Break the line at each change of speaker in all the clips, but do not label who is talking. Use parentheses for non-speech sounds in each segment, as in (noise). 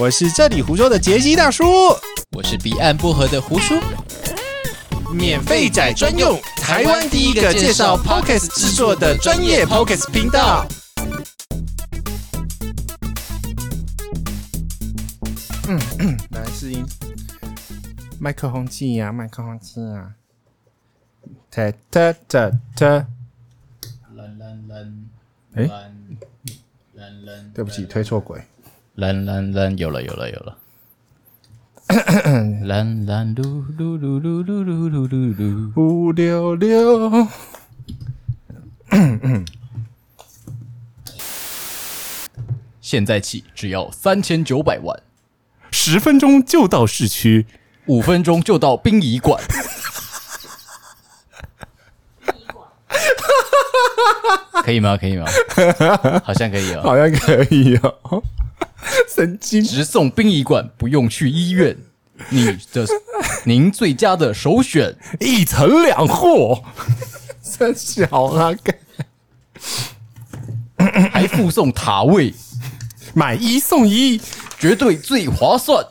我是这里胡说的杰西大叔，
我是彼岸薄荷的胡叔，
免费仔专用，台湾第一个介绍 Podcast 制作的专业 Podcast 频道。嗯，嗯来试音，麦克风器呀、麦克风器啊，哒哒哒哒，
蓝蓝蓝，
哎
蓝蓝蓝，
对不起，推错轨。
蓝蓝蓝，有了有了有了。蓝蓝噜噜噜噜噜噜噜噜噜，
五六六。
现在起只要三千九百万，
十分钟就到市区，
五分钟就到殡仪馆。 (laughs) 可以吗？可以吗？好像可以哦。
好像可以哦。 (laughs) 神经，
直送殡仪馆，不用去医院。你的，您最佳的首选。
一层两户， (laughs)
真小啊！干
还附送塔位，
买一送一，
绝对最划算。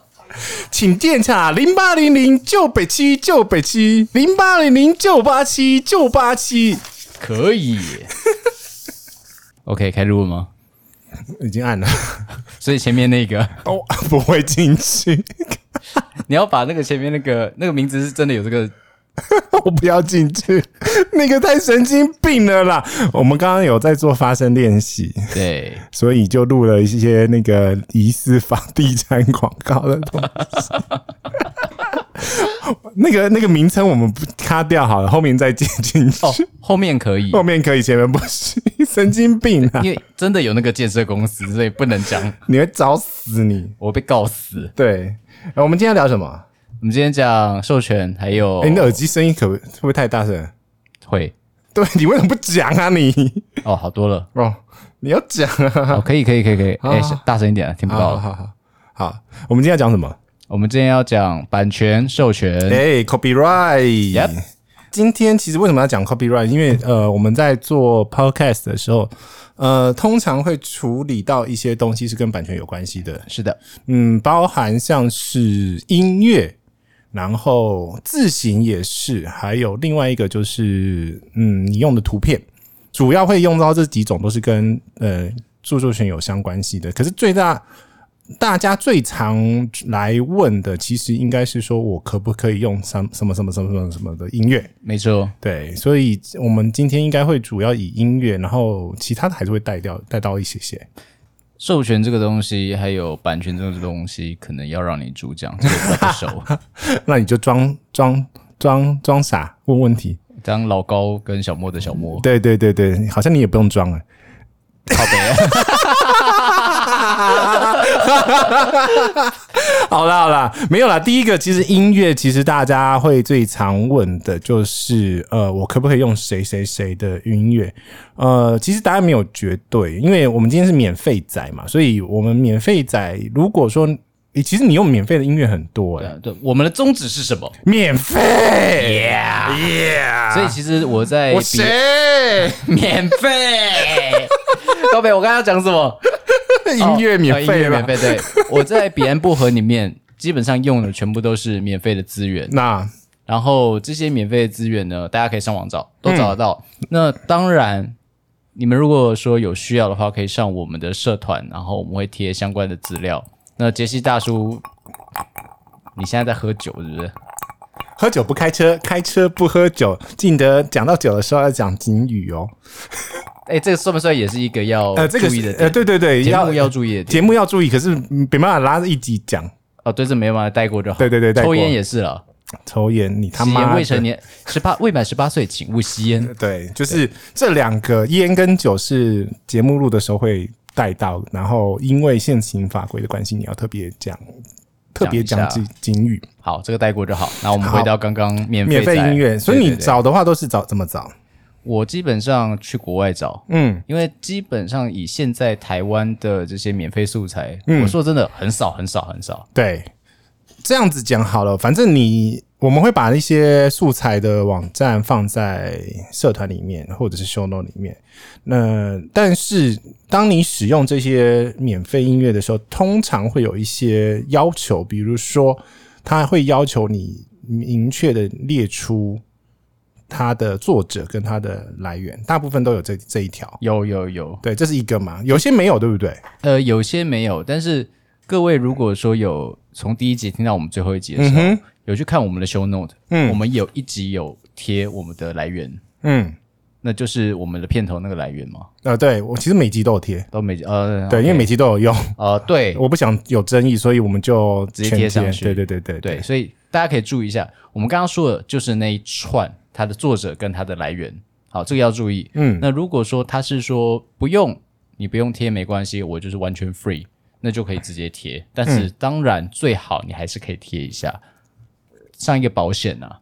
请电洽零八零零九北七九北七零八零零九八七九八七。
可以。OK，开录了吗？
已经按了，
所以前面那个，
(laughs)
(laughs)
哦，不会进去， (laughs)
你要把那个前面那个那个名字是真的有这个，
我不要进
(laughs)
去，那个太神经病了啦！我们刚刚有在做发声练习，
对，
所以就录了一些那个疑似房地产广告的东西。 (laughs) 那个那个名称我们不卡掉好了，后面再接进去。
哦，后面可以，
后面可以，前面不行，神经病啊！
因为真的有那个建设公司，所以不能讲，
你会找死你。
我会被告死。
对，呃我们今天要聊什么？
我们今天讲授权，还有、
哎、你的耳机声音可不会不会太大声？
会
对你为什么不讲啊你？
哦，好多了，
哦，你要讲啊！
哦，可以，可以，可以，可以，哎、大声一点，听不到
好
了。
好好好，我们今天要讲什么？
我们今天要讲版权授权，
哎、c o p y r i g h t
嗯 Yep
今天其实为什么要讲 copyright？因为呃，我们在做 podcast 的时候，呃，通常会处理到一些东西是跟版权有关系的，
是的，
嗯，包含像是音乐，然后字形也是，还有另外一个就是，嗯，你用的图片，主要会用到这几种都是跟呃著作权有相关系的。可是最大大家最常来问的，其实应该是说我可不可以用什什么什么什么什么什么的音乐？
没错，
对，所以我们今天应该会主要以音乐，然后其他的还是会带掉带到一些些。
授权这个东西，还有版权这个东西，可能要让你主讲，这个我不熟。
那你就装装装装傻问问题。
当老高跟小莫的小莫，
对对对对，好像你也不用装啊了。
靠北，
好啦好啦，没有啦。第一个其实音乐，其实大家会最常问的就是，呃，我可不可以用谁谁谁的音乐？呃，其实答案没有绝对，因为我们今天是免费仔嘛，所以我们免费仔，如果说，诶其实你用免费的音乐很多诶、
对啊对，我们的宗旨是什么？
免费，yeah yeah，
所以其实啊我在
我
比
谁？
(laughs) 免费，靠北，我刚刚讲什么？
音乐免
哦呃音
费
乐
嘛
免？费。对，我在彼岸薄荷里面，基本上用的全部都是免费的资源。
那
然后这些免费的资源呢，大家可以上网找，
嗯
都找得到。那当然，你们如果说有需要的话，可以上我们的社团，然后我们会贴相关的资料。那杰西大叔，你现在在喝酒是不是？
喝酒不开车，开车不喝酒，记得讲到酒的时候要讲警语哦。
哎，这个算不算也是一个要
呃，这个
哦注意
是
的
呃，
点？
对对对，
节目
要
要注意的点
节目要注意，可是嗯没办法拉着一集讲。
哦，对，这没办法带过就好。
对对对带过
抽烟也是
(laughs)
了，
抽烟，你他
吸烟
妈
未成
的
年十八未满十八岁请勿吸烟。
对，就是这两个烟跟酒是节目录的时候会带到，然后因为现行法规的关系，你要特别讲，特别
讲
讲
一下
警警语，
好，这个带过就好。那我们回到刚刚免
免费
费
音乐。
仔
所以
对
你
对对
找的话都是找怎么找？
我基本上去国外找，
嗯，
因为基本上以现在台湾的这些免费素
嗯
材，我说真的很少很少很少。
对，这样子讲好了，反正你。我们会把一些素材的网站放在社团里面，或者是 show note 里面。那但是当你使用这些免费音乐的时候，通常会有一些要求，比如说他会要求你明确的列出它的作者跟它的来源，大部分都有这这一条。
有有有，
对，这是一个嘛，有些没有，对不对？
呃，有些没有，但是各位如果说有从第一集听到我们最后一集的时候，
嗯
有去看我们的 show note，
嗯
我们有一集有贴我们的来源，
嗯，
那就是我们的片头那个来源嘛，
啊，对我其实每集都有贴，
都没呃
对，因为每集都有用，
呃对
我不想有争议，所以我们就
直接
全
贴上去
对对对对 (laughs)
对，所以大家可以注意一下，我们刚刚说的就是那一串它的作者跟它的来源，好，这个要注意。
嗯，
那如果说他是说不用，你不用贴没关系，我就是完全 free，那就可以直接贴。但是
嗯
当然最好你还是可以贴一下，上一个保险
(coughs)
啊。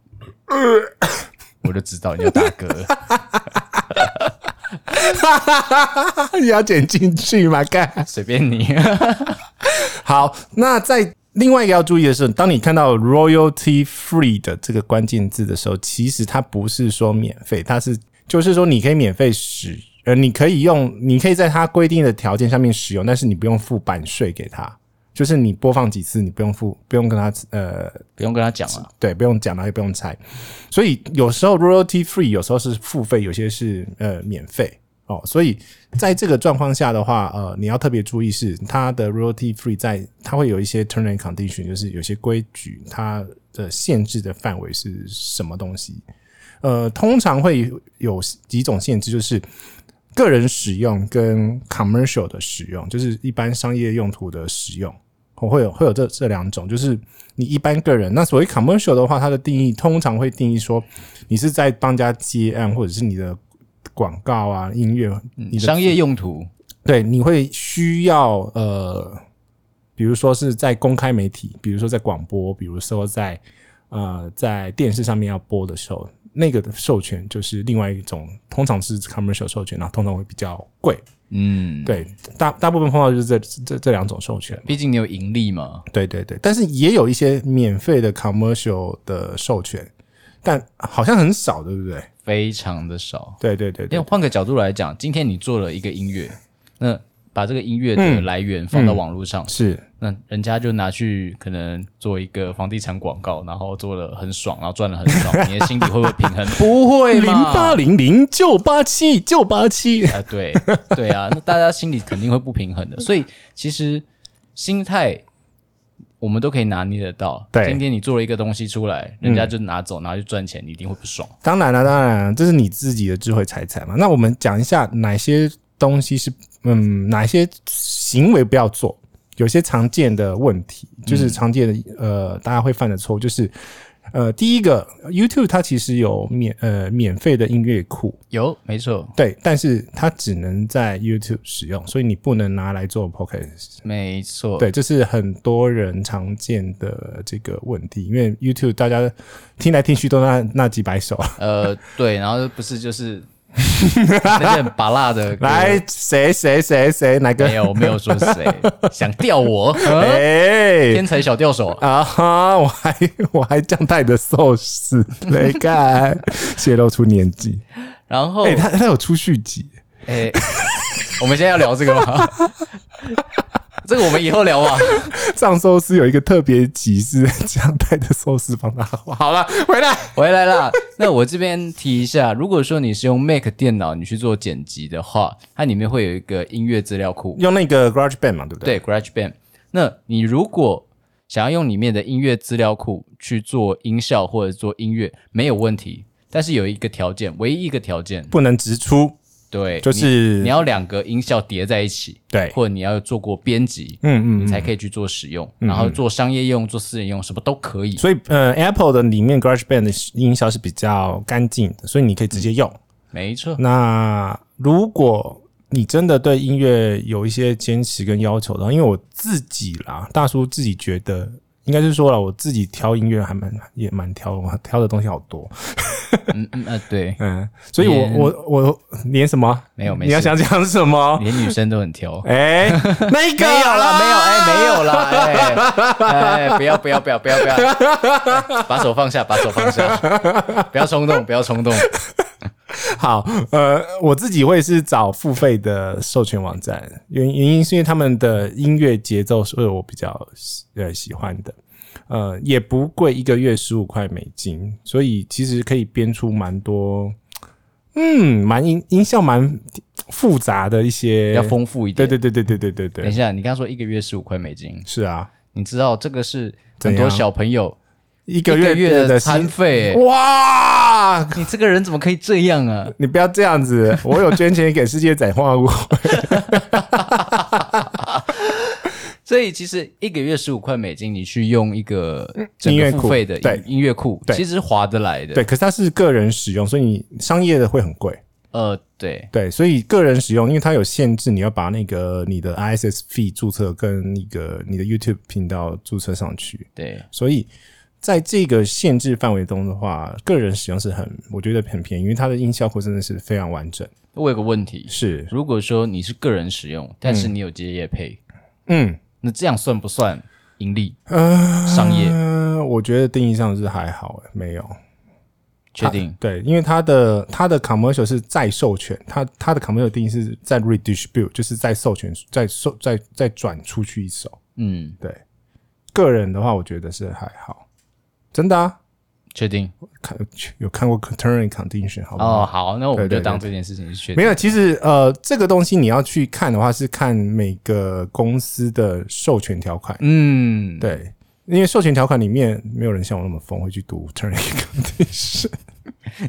我就知道你要打嗝，
(laughs) 你要剪进去嘛？ (laughs) 干
随便你。
好，那在另外一个要注意的是，当你看到 royalty free 的这个关键字的时候，其实它不是说免费，它是就是说你可以免费使，呃，你可以用，你可以在它规定的条件下面使用，但是你不用付版税给它，就是你播放几次，你不用付，不用跟它呃
不用跟他讲了，
对，不用讲了，也不用猜。所以有时候 royalty free，有时候是付费，有些是呃免费哦。所以在这个状况下的话，呃，你要特别注意是它的 royalty free 在它会有一些 turn and condition，就是有些规矩，它的限制的范围是什么东西。呃，通常会有几种限制，就是个人使用跟 commercial 的使用，就是一般商业用途的使用，哦会有会有这这两种，就是你一般个人，那所谓 commercial 的话，它的定义通常会定义说，你是在帮人家接案，或者是你的广告啊、音乐，你的
商业用途
对，你会需要呃，比如说是在公开媒体，比如说在广播，比如说在呃在电视上面要播的时候，那个的授权就是另外一种，通常是 commercial 授权，然后通常会比较贵。
嗯，
对，大大部分碰到就是这这这两种授权。
毕竟你有盈利嘛，
对对对，但是也有一些免费的 commercial 的授权，但好像很少，对不对？
非常的少。
对对对
因
对
为，换个角度来讲，今天你做了一个音乐，那把这个音乐的来源放到网络上，
是
那人家就拿去可能做一个房地产广告，然后做了很爽，然后赚了很爽，你的心里会不会平衡？不会
零
嘛
八？零零九八七九八七。
啊，对对啊，那大家心里肯定会不平衡的。所以其实心态我们都可以拿捏得到。
对
今天你做了一个东西出来，人家就拿走，拿去赚钱，你一定会不爽。
当然了，当然了，这是你自己的智慧财产嘛。那我们讲一下哪些东西是，嗯，哪些行为不要做，有些常见的问题，
嗯
就是常见的、呃，大家会犯的错误，就是呃，第一个，YouTube 它其实有免呃免费的音乐库，
有，没错，
对，但是它只能在 YouTube 使用，所以你不能拿来做 Podcast。
没错，
对，这是很多人常见的这个问题，因为 YouTube 大家听来听去都那那几百首。
呃，对，然后不是就是 (laughs) 那些很拔
(laughs)
辣的歌
来，谁谁谁谁哪个
啊没？有没有
(laughs)
说谁想吊我，呃
哎
天才小吊手，
啊哈！我还 (laughs) 我还酱带的寿
(laughs)
司，没干，泄露出年纪。
然后
哎，他他有出续集，
哎，我们现在要聊这个吗？ (laughs) 这个我们以后聊
(laughs)
啊吧。
上寿司有一个特别集是 (laughs) 酱带的寿司帮他画。好了，回来。
回来啦，那我这边提一下，如果说你是用 Mac 电脑你去做剪辑的话，它里面会有一个音乐资料库，
用那个 Garage Band 嘛，对不对？
对 GarageBand。那你如果想要用里面的音乐资料库去做音效或者做音乐，没有问题。但是有一个条件，唯一一个条件，
不能直出，
对，
就
哎你
是
你要两个音效叠在一起，
对，
或者你要做过编辑，
嗯
你
嗯。
才可以去做使用，然后做商业用、做私人用，什么都可以。
所以，呃，Apple 的里面 GarageBand 的音效是比较干净的，所以你可以直接用。
没错，
那如果你真的对音乐有一些坚持跟要求的话，因为我自己啦，大叔自己觉得，应该是说了，我自己挑音乐还蛮也蛮挑的，我挑的东西好多。
嗯嗯呃，对，
嗯，所以我
连
我我连什么？
没有没事
你要想讲什么？
连女生都很挑。
哎，那个
没有
啦
了，没有，哎，没有了，哎，
(laughs)
哎，不要，不要，不要，不要，不要，哎把手放下，把手放下，不要冲动，不要冲动。
好，呃，我自己会是找付费的授权网站，原原因是因为他们的音乐节奏是我比较喜呃喜欢的，呃，也不贵，一个月十五块美金，所以其实可以编出蛮多，嗯，蛮音音效蛮复杂的一些，
要丰富一
对
点。
对对对对对对
等一
对，
下，你刚刚说一个月十五块美金，
是啊，
你知道这个是
怎
很
样
多小朋友
啊一
一
个
个月的
薪
餐费、哎
哇， (laughs)
你这个人怎么可以这样啊？
你不要这样子，我有捐钱给世界展望会，
所以其实一个月十五块美金，你去用一个整
音乐
个
库
付费的
对
音音乐库，
对
其实是划得来的。
对，，可是它是个人使用，所以你商业的会很贵。
呃，对，
对，所以个人使用，因为它有限制，你要把那个你的 ISS fee 注册跟那个你的 YouTube 频道注册上去，
对，
所以在这个限制范围中的话，个人使用是很，我觉得很便宜，因为它的音效库真的是非常完整。
我有个问题，
是，
如果说你是个人使用，但是你有接业配，
嗯，
那这样算不算盈利？商业
呃，我觉得定义上是还好，没有。
确定？
对，因为它的它的 commercial 是再授权，它它的 commercial 定义是在 redistribute，就是再授权、再授、再再转出去一手。
嗯，
对，个人的话，我觉得是还好，真的啊，
确定。
看有看过 term and condition 好不好？
哦，好，那我
对
们
对
就
对
当这件事情是确
没
定。
有，其实呃，这个东西你要去看的话，是看每个公司的授权条款。
嗯，
对，因为授权条款里面没有人像我那么疯，会去读 term and condition。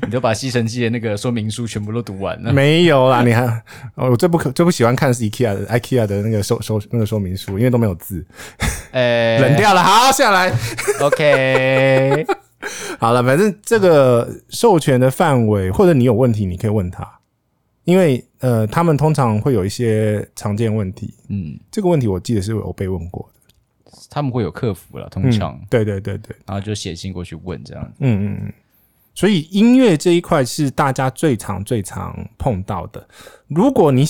你都把《西城记》的那个说明书全部都读完了。
没有啦，你还哦我最不可最不喜欢看的是 IKEA 的 IKEA 的那个说说那个说明书，因为都没有字，
哎，
(laughs) 冷掉了。好，下来，
OK，
好了，反正这个授权的范围，或者你有问题，你可以问他，因为呃，他们通常会有一些常见问题。
嗯，
这个问题我记得是有被问过的，
他们会有客服了，通常，
对对对对，
然后就写信过去问这样。
嗯嗯嗯。所以音乐这一块是大家最常最常碰到的。如果你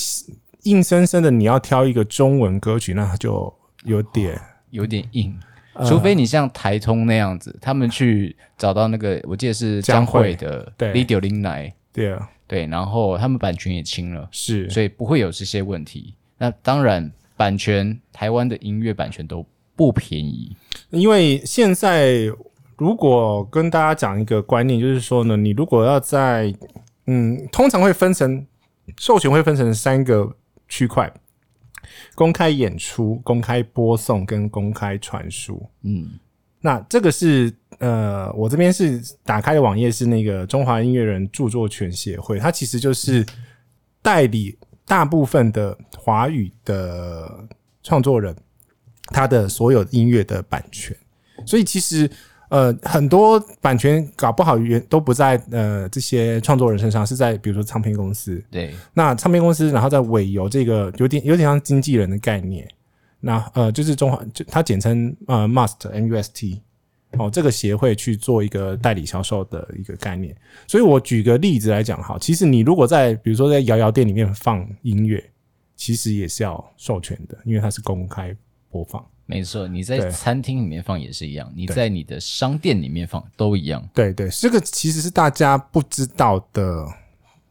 硬生生的你要挑一个中文歌曲，那就有点。
有点硬。
嗯
除非你像台通那样子，他们去找到那个，我记得是
江
江
蕙
蕙的
对
l i d i o l i n a
对啊，
对，然后他们版权也清了，
是
所以不会有这些问题。那当然，版权台湾的音乐版权都不便宜，
因为现在如果跟大家讲一个观念，就是说呢，你如果要在嗯，通常会分成授权会分成三个区块：公开演出、公开播送跟公开传输。
嗯，
那这个是呃，我这边是打开的网页是那个中华音乐人著作权协会，它其实就是代理大部分的华语的创作人他的所有音乐的版权，所以其实。呃，很多版权搞不好原都不在呃这些创作人身上，是在比如说唱片公司，
对，
那唱片公司，然后再委由这个有点有点像经纪人的概念，那呃就是中华，就它简称呃 MUST M U S T 哦，这个协会去做一个代理销售的一个概念。所以我举个例子来讲哈，其实你如果在比如说在摇摇店里面放音乐，其实也是要授权的，因为它是公开播放。
没错。你
对
在餐厅里面放也是一样，你
对
在你的商店里面放都一样。
对对，这个其实是大家不知道的，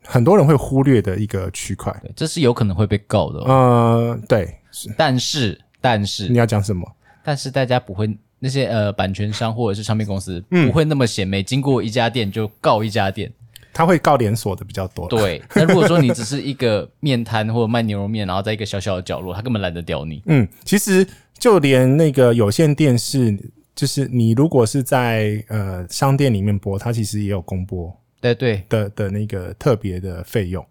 很多人会忽略的一个区块。
对，这是有可能会被告的哦、
呃，对，
但是，但是
你要讲什么？
但是大家不会那些呃版权商或者是唱片公司、
嗯
不会那么显没经过一家店就告一家店。
他会告连锁的比较多。
对，那如果说你只是一个面摊或者卖牛肉面，然后在一个小小的角落，他根本懒得屌你。
嗯，其实就连那个有线电视，就是你如果是在呃商店里面播，它其实也有公播
对对，
的的那个特别的费用，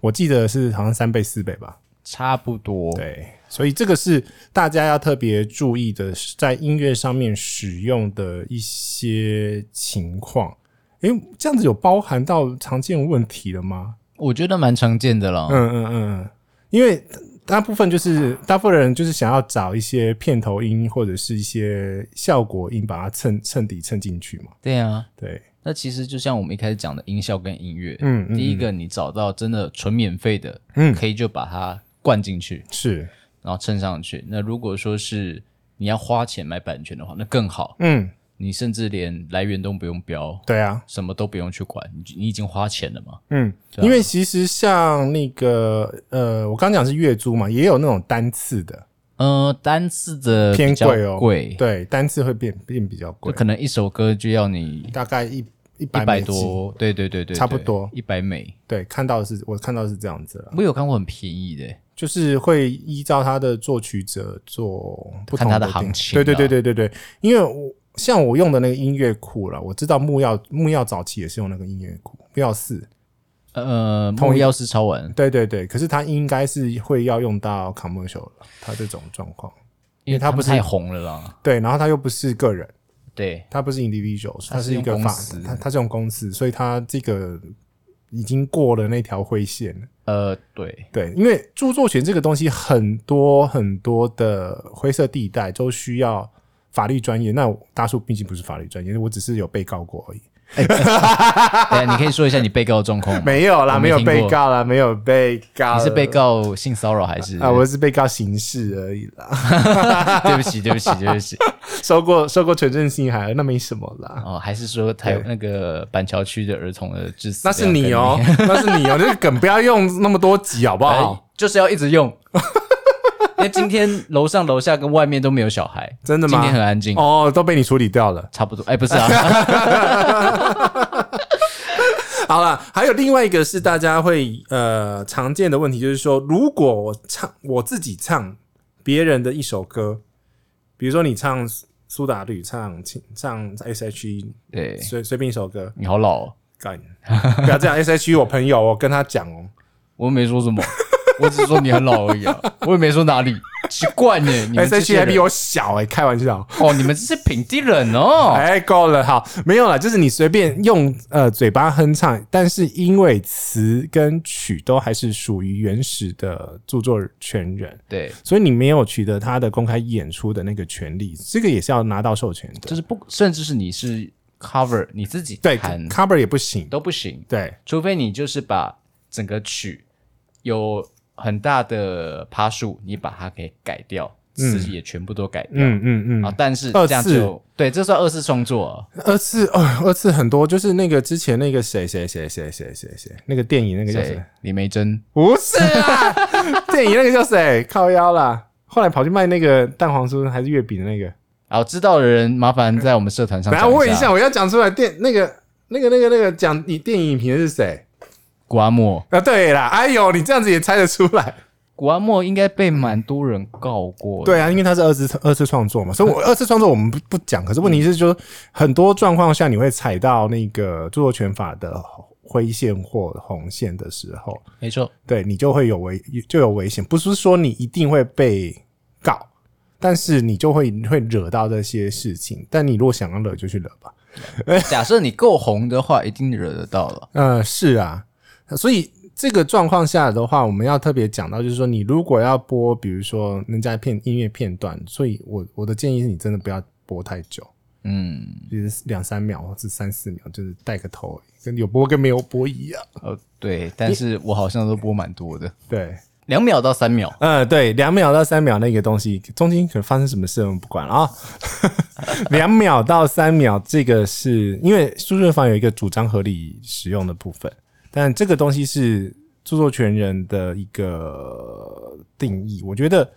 我记得是好像三倍四倍吧。
差不多。
对，所以这个是大家要特别注意的，在音乐上面使用的一些情况。诶，这样子有包含到常见问题了吗？
我觉得蛮常见的啦。
嗯嗯嗯，嗯，因为大部分就是大部分人就是想要找一些片头音或者是一些效果音，把它衬衬底衬进去嘛。
对啊，
对，
那其实就像我们一开始讲的音效跟音乐，
嗯嗯
第一个你找到真的纯免费的，
嗯
可以就把它灌进去，
是，
然后衬上去。那如果说是你要花钱买版权的话，那更好，
嗯，
你甚至连来源都不用标，
对啊，
什么都不用去管，你你已经花钱了嘛。
嗯，因为其实像那个呃，我刚讲是月租嘛，也有那种单次的，
呃，单次的
偏
比较
贵哦
贵，
对，单次会变变比较
就
贵，
可能一首歌就要你
大概一一
一
百
百
美金，
多，对对对对，
差不多
一百美。
对，看到的是我看到的是这样子了，
我有看过很便宜的，
就是会依照他的作曲者做不同
看他的
定
行情
对对
啊
对对对对，因为我像我用的那个音乐库了，我知道木曜木曜早期也是用那个音乐库木曜四，
呃，
同
木
一
曜是超玩，
对对对，可是他应该是会要用到 commercial 了，他这种状况，
因
为他
们
不是
太红了啦。
对，然后他又不是个人。
对，
它不是 individual，
它
它
是
是一个
用公
法
司，
它它是用公司，所以它这个已经过了那条灰线了。
呃，对， (laughs)
对，因为著作权这个东西很多很多的灰色地带都需要法律专业。那我大叔毕竟不是法律专业，我只是有被告过而已。
哎，你可以说一下你被告的状况吗？
(laughs) 没有啦，
我
没
没
有
听过
被告啦，没有被告。
你是被告性骚扰还是？
啊，我是被告刑事而已啦，
(laughs) 对不起，对不起，对不起。
收过收过纯正性函，那没什么啦。
哦，还是说台那个板桥区的儿童的致死？
那是你哦、那是你哦、这个梗不要用那么多集好不
(laughs) 哎
好？
就是要一直用。 (laughs) 因为今天楼上楼下跟外面都没有小孩，
(laughs) 真的吗
今天很安静，
哦，都被你处理掉了。
差不多。哎，不是
(laughs)
啊，
好了，还有另外一个是大家会呃常见的问题，就是说，如果我唱我自己唱别人的一首歌，比如说你唱苏苏打绿、唱秦唱 S.H.E，
对，
随随便一首歌，
你好老、哦，
干不要这样，S.H.E (laughs) 我朋友，我跟他讲哦、
我又没说什么，我只是说你很老而已啊，我也没说哪里，奇怪呢，你们
s
这
h
些
e 还比
人
我小哎、开玩笑。
哦，你们这些平地人哦，
(laughs) 哎，够了，好，没有了，就是你随便用呃嘴巴哼唱，但是因为词跟曲都还是属于原始的著作权人，
对，
所以你没有取得他的公开演出的那个权利，这个也是要拿到授权
就
的。
是不，甚至是你是 cover 你自己
对
弹
，cover 也不行。
都不行，
对，
除非你就是把整个曲有很大的趴数，你把它给改掉，词也全部都改掉。
嗯嗯
啊
嗯，，
但是这样
二
就对，这算二次创作啊。
二次哦，二次很多，就是那个之前那个谁谁谁谁谁谁谁那个电影那个叫谁
对？，李梅珍
不是啦，电影那个叫谁？靠腰啦，后来跑去卖那个蛋黄酥还是月饼的那个。
啊，知道的人麻烦在我们社团上
等下
讲
问一下，，我要讲出来电那个那个那个那个讲你电影影评的是谁？
古阿莫，
啊，对啦，哎呦，你这样子也猜得出来。
古阿莫应该被蛮多人告过的。
对啊，因为它是二次二次创作嘛，所以我二次创作我们不不讲。可是问题是，就是很多状况下你会踩到那个著作权法的灰线或红线的时候，
没错，
对你就会有危就有危险。不是说你一定会被告，但是你就会会惹到这些事情。但你如果想要惹，就去惹吧。
假设你够红的话，一定惹得到了。
嗯，是啊，所以这个状况下的话，我们要特别讲到，就是说，你如果要播，比如说人家片音乐片段，所以我我的建议是你真的不要播太久，
嗯，
就是两三秒或是三四秒，就是带个头而已，跟有播跟没有播一样。
哦，对，但是我好像都播蛮多的，
对，
两秒到三秒。
嗯，对，两秒到三秒那个东西，中间可能发生什么事我们不管了啊。 (laughs) 两秒到三秒，这个是因为著作法有一个主张合理使用的部分，但这个东西是著作权人的一个定义。我觉得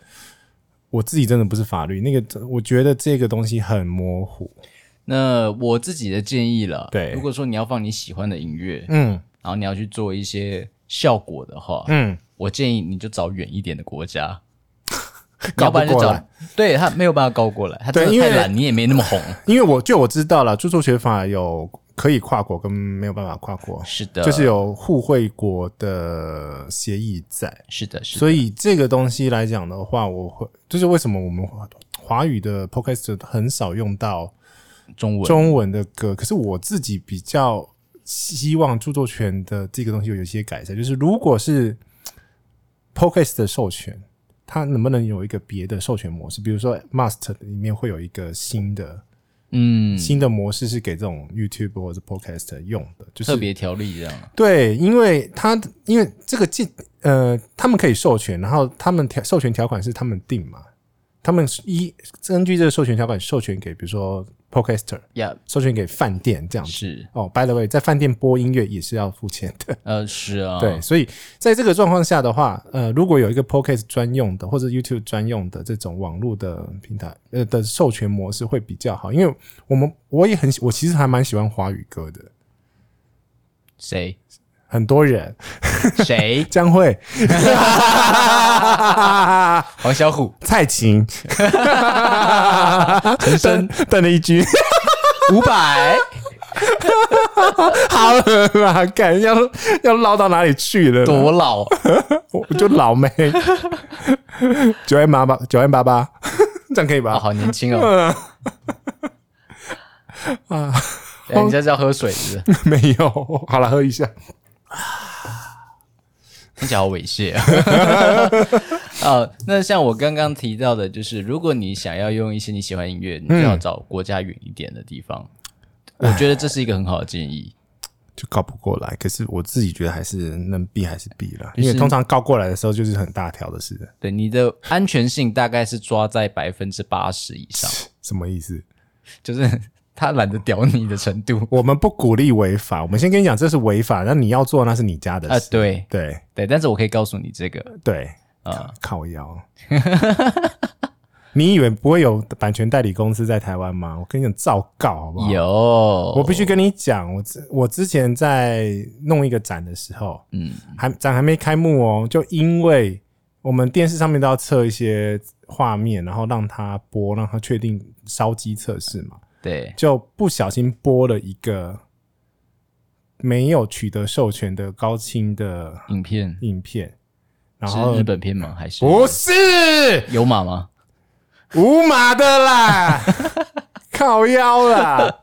我自己真的不是法律，那个我觉得这个东西很模糊。
那我自己的建议了，
对
如果说你要放你喜欢的音乐，
嗯
然后你要去做一些效果的话，
嗯，
我建议你就找远一点的
(laughs)
国家，
搞
要
不
不
过来
然就找，对他没有办法告过来，他
对
真的太
因为
懒，你也没那么红。
因为我就我知道了，著作权法有可以跨国跟没有办法跨国，
是
(laughs)
的，
就是有互惠国的协议在。
是的，是的，
所以这个东西来讲的话，我会就是为什么我们华华语的 podcast 很少用到
中文
中文的歌，可是我自己比较希望著作权的这个东西有一些改善，就是如果是 podcast 的授权，它能不能有一个别的授权模式？比如说 Must 里面会有一个新的
嗯，
新的模式是给这种 YouTube 或者 Podcast 用的，就是
特别条例这样，
对，因为他因为这个进呃，他们可以授权，然后他们条授权条款是他们定嘛，他们是一根据这个授权条款授权给比如说 Podcaster，
呀、
授权给饭店这样子。
是，
哦，by the way，在饭店播音乐也是要付钱的，
呃，是啊，
对，所以在这个状况下的话，呃，如果有一个 Podcast 专用的或者 YouTube 专用的这种网络的平台，呃的授权模式会比较好，因为我们我也很喜我其实还蛮喜欢华语歌的，
谁 (laughs)
很多人，
谁
将会 (laughs)
黄小虎、
蔡琴 (laughs)
陈升、
邓丽君，
伍
(laughs)
佰，
好了啦，感要要唠到哪里去了？
多老，
我我就老妹， (laughs) 九 N 八八九 N 八八， (laughs) 这样可以
啊，
吧？
好年 (laughs) 轻哦。 (laughs) 啊，人家是要喝水是 (laughs) 不
(laughs)
是，
没有，好了，喝一下。
听起来好猥亵啊。 (laughs) 呃，那像我刚刚提到的，就是如果你想要用一些你喜欢的音乐，你就要找国家远一点的地方。我觉得这是一个很好的建议。
就告不过来，可是我自己觉得还是能避还是避了，
就是
因为通常告过来的时候就是很大条的事，
对你的安全性大概是抓在百分之八十以 (laughs) 上，
什么意思？
就是他懒得屌你的程度
我们不鼓励违法，我们先跟你讲这是违法，那你要做那是你家的
(laughs) 啊、
事，
对
对
对，但是我可以告诉你这个，
对啊，靠腰。 (laughs) 你以为不会有版权代理公司在台湾吗？我跟你讲，照告好不好？
有，
我
我
必须跟你讲，我之我之前在弄一个展的时候，
嗯
还展还没开幕哦，就因为我们电视上面都要测一些画面，然后让它播，让它确定烧机测试嘛，
对，
就不小心播了一个没有取得授权的高清的
影片
影片，然
是
后
日本片吗？还是
不是
有马吗？
无码的
(laughs)
啦，靠腰啦，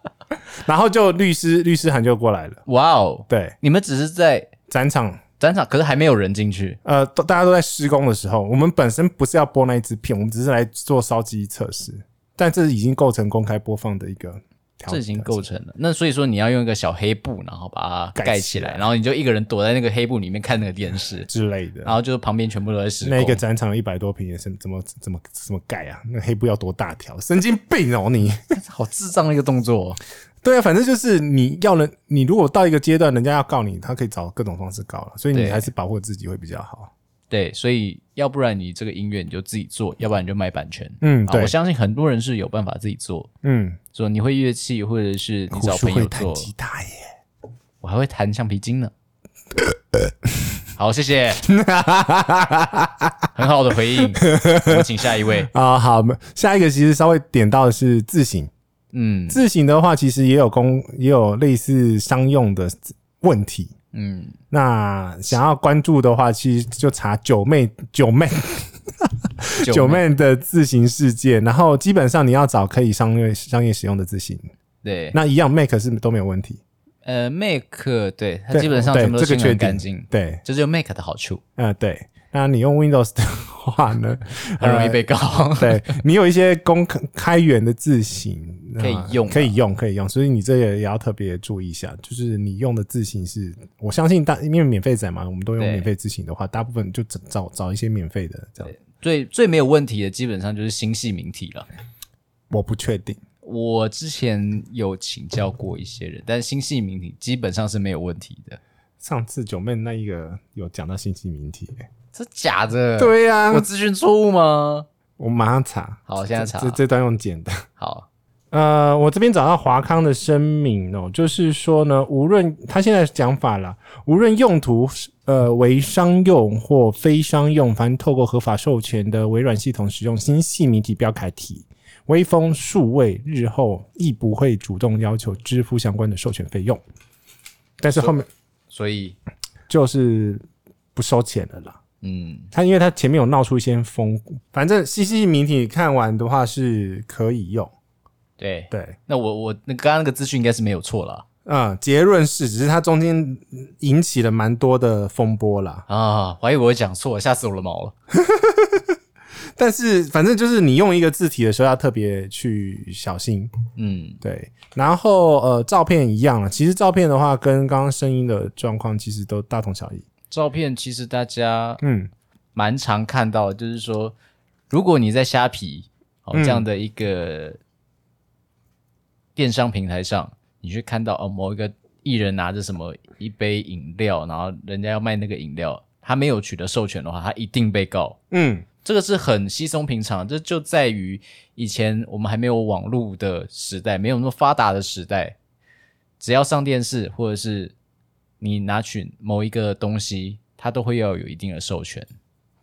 然后就律师律师函就过来了，
哇哦，
对，
你们只是在
展场
展场，可是还没有人进去，
呃，都大家都在施工的时候，我们本身不是要播那一支片，我们只是来做烧机测试，但这已经构成公开播放的一个条，
这已经构成了。那所以说你要用一个小黑布，然后把它
盖
盖
起
起来，然后你就一个人躲在那个黑布里面看那个电 (laughs) 视，
之类的。
然后啊就是旁哦边全部都在施工。
那一个展场一百多平，也是怎么怎么怎么盖啊？那黑布要多大条？神经病哦你！ (laughs)
好智障的一个动作哦、
对啊，反正就是你要人，你如果到一个阶段，人家要告你，他可以找各种方式告了，所以你
对
还是保护自己会比较好。
对，所以要不然你这个音乐你就自己做，要不然你就卖版权。
嗯，
啊，
对
我，相信很多人是有办法自己做，
嗯，
说你会乐器，或者是你
胡
找
叔
朋
会
友
弹
做。
吉他耶。
我还会弹橡皮筋呢。 (laughs) 好，谢谢，很好的回应。我们请下一位。
啊、好，下一个其实稍微点到的是自省。
嗯
自行的话，其实也有公也有类似商用的问题。
嗯，
那想要关注的话，其实就查九妹九
(laughs)
妹 (laughs) 九
妹
妹的自行世界，然后基本上你要找可以商业商业使用的自行，
对，
那一样 Make 是都没有问题。
呃，Make 对它
对
基本上
对
全部都
这
清
个
得
确定
很干净，
对，
这就是 Make 的好处，
呃，对。那你用 Windows 的话呢，
(laughs) 很容易
呃
被告。 (laughs)
对你有一些公开开源的字型
可以
呃
用啊
可以用，可以用，所以你这也要特别注意一下，就是你用的字型是，我相信大因为免费仔嘛，我们都用
对
免费字型的话，大部分就找找找一些免费的这样。
最最没有问题的基本上就是星系名体了。
我不确定，
我之前有请教过一些人，但星系名体基本上是没有问题的。
上次九妹那一个有讲到信息名题、欸
这假的？，
对啊呀、
呃我资讯错误吗？
我我马上查，
好，现在查
这这段用剪的。
好。
呃，我这边找到华康的声明哦，就是说呢，无论他现在讲法啦，无论用途是呃为商用或非商用，凡透过合法授权的微软系统使用新细迷体标楷体，微风数位日后亦不会主动要求支付相关的授权费用，但是后面
所以，
就是不收钱了啦。
嗯，
他因为他前面有闹出一些风，反正西西迷体看完的话是可以用，
对。
对。
那我我那刚刚那个资讯应该是没有错啦。
嗯，结论是，只是它中间引起了蛮多的风波啦。
啊，我还以为我讲错，吓死我了毛了。
但是反正就是你用一个字体的时候要特别去小心，
嗯，
对。然后呃，照片一样了，其实照片的话跟刚刚声音的状况其实都大同小异。
照片其实大家
嗯，
蛮常看到的，就是说，如果你在虾皮哦
嗯
这样的一个电商平台上，你去看到哦某一个艺人拿着什么一杯饮料，然后人家要卖那个饮料，他没有取得授权的话，他一定被告。
嗯，
这个是很稀松平常，这就在于以前我们还没有网络的时代，没有那么发达的时代，只要上电视或者是你拿取某一个东西，它都会要有一定的授权。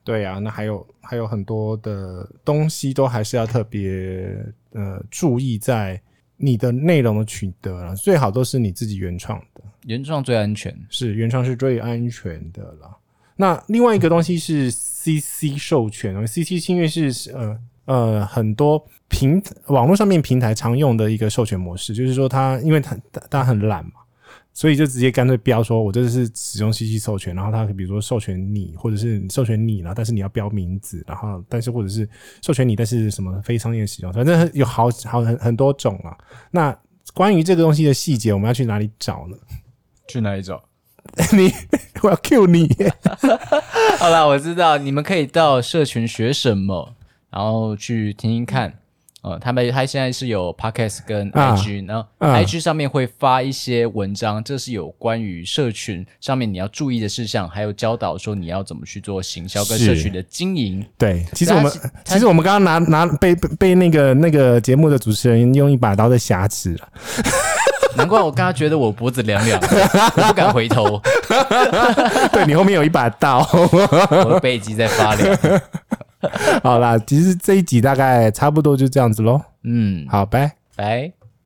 对啊，那还有还有很多的东西都还是要特别呃注意在你的内容的取得了，最好都是你自己原创的，
原创最安全，
是原创是最安全的啦。那另外一个东西是 CC 授权哦，CC 因为是呃呃很多平网络上面平台常用的一个授权模式，就是说它因为它它它很懒嘛，所以就直接干脆标说我这是使用 CC 授权，然后它比如说授权你，或者是授权你，然后但是你要标名字，然后但是或者是授权你，但是什么非商业使用，反正有好好很很多种啊。那关于这个东西的细节，我们要去哪里找呢？ (laughs)
去哪里找？
你我要 Q 你耶。
(laughs) 好啦，我知道，你们可以到社群学什么，然后去听听看。呃，他们他现在是有 podcast 跟
啊
IG，、然后
啊
IG 上面会发一些文章，这是有关于社群上面你要注意的事项，还有教导说你要怎么去做行销跟
是
社群的经营。
对，其实我们
对他
其实我们刚刚拿拿被被被那个那个节目的主持人用一把刀在挟持了。 (laughs)
难怪我刚刚觉得我脖子凉凉的，我不敢回头，
对你后面有一把刀。 (laughs)
我的背脊在发凉。
好啦，其实这一集大概差不多就这样子喽。
嗯，
好，拜。
拜。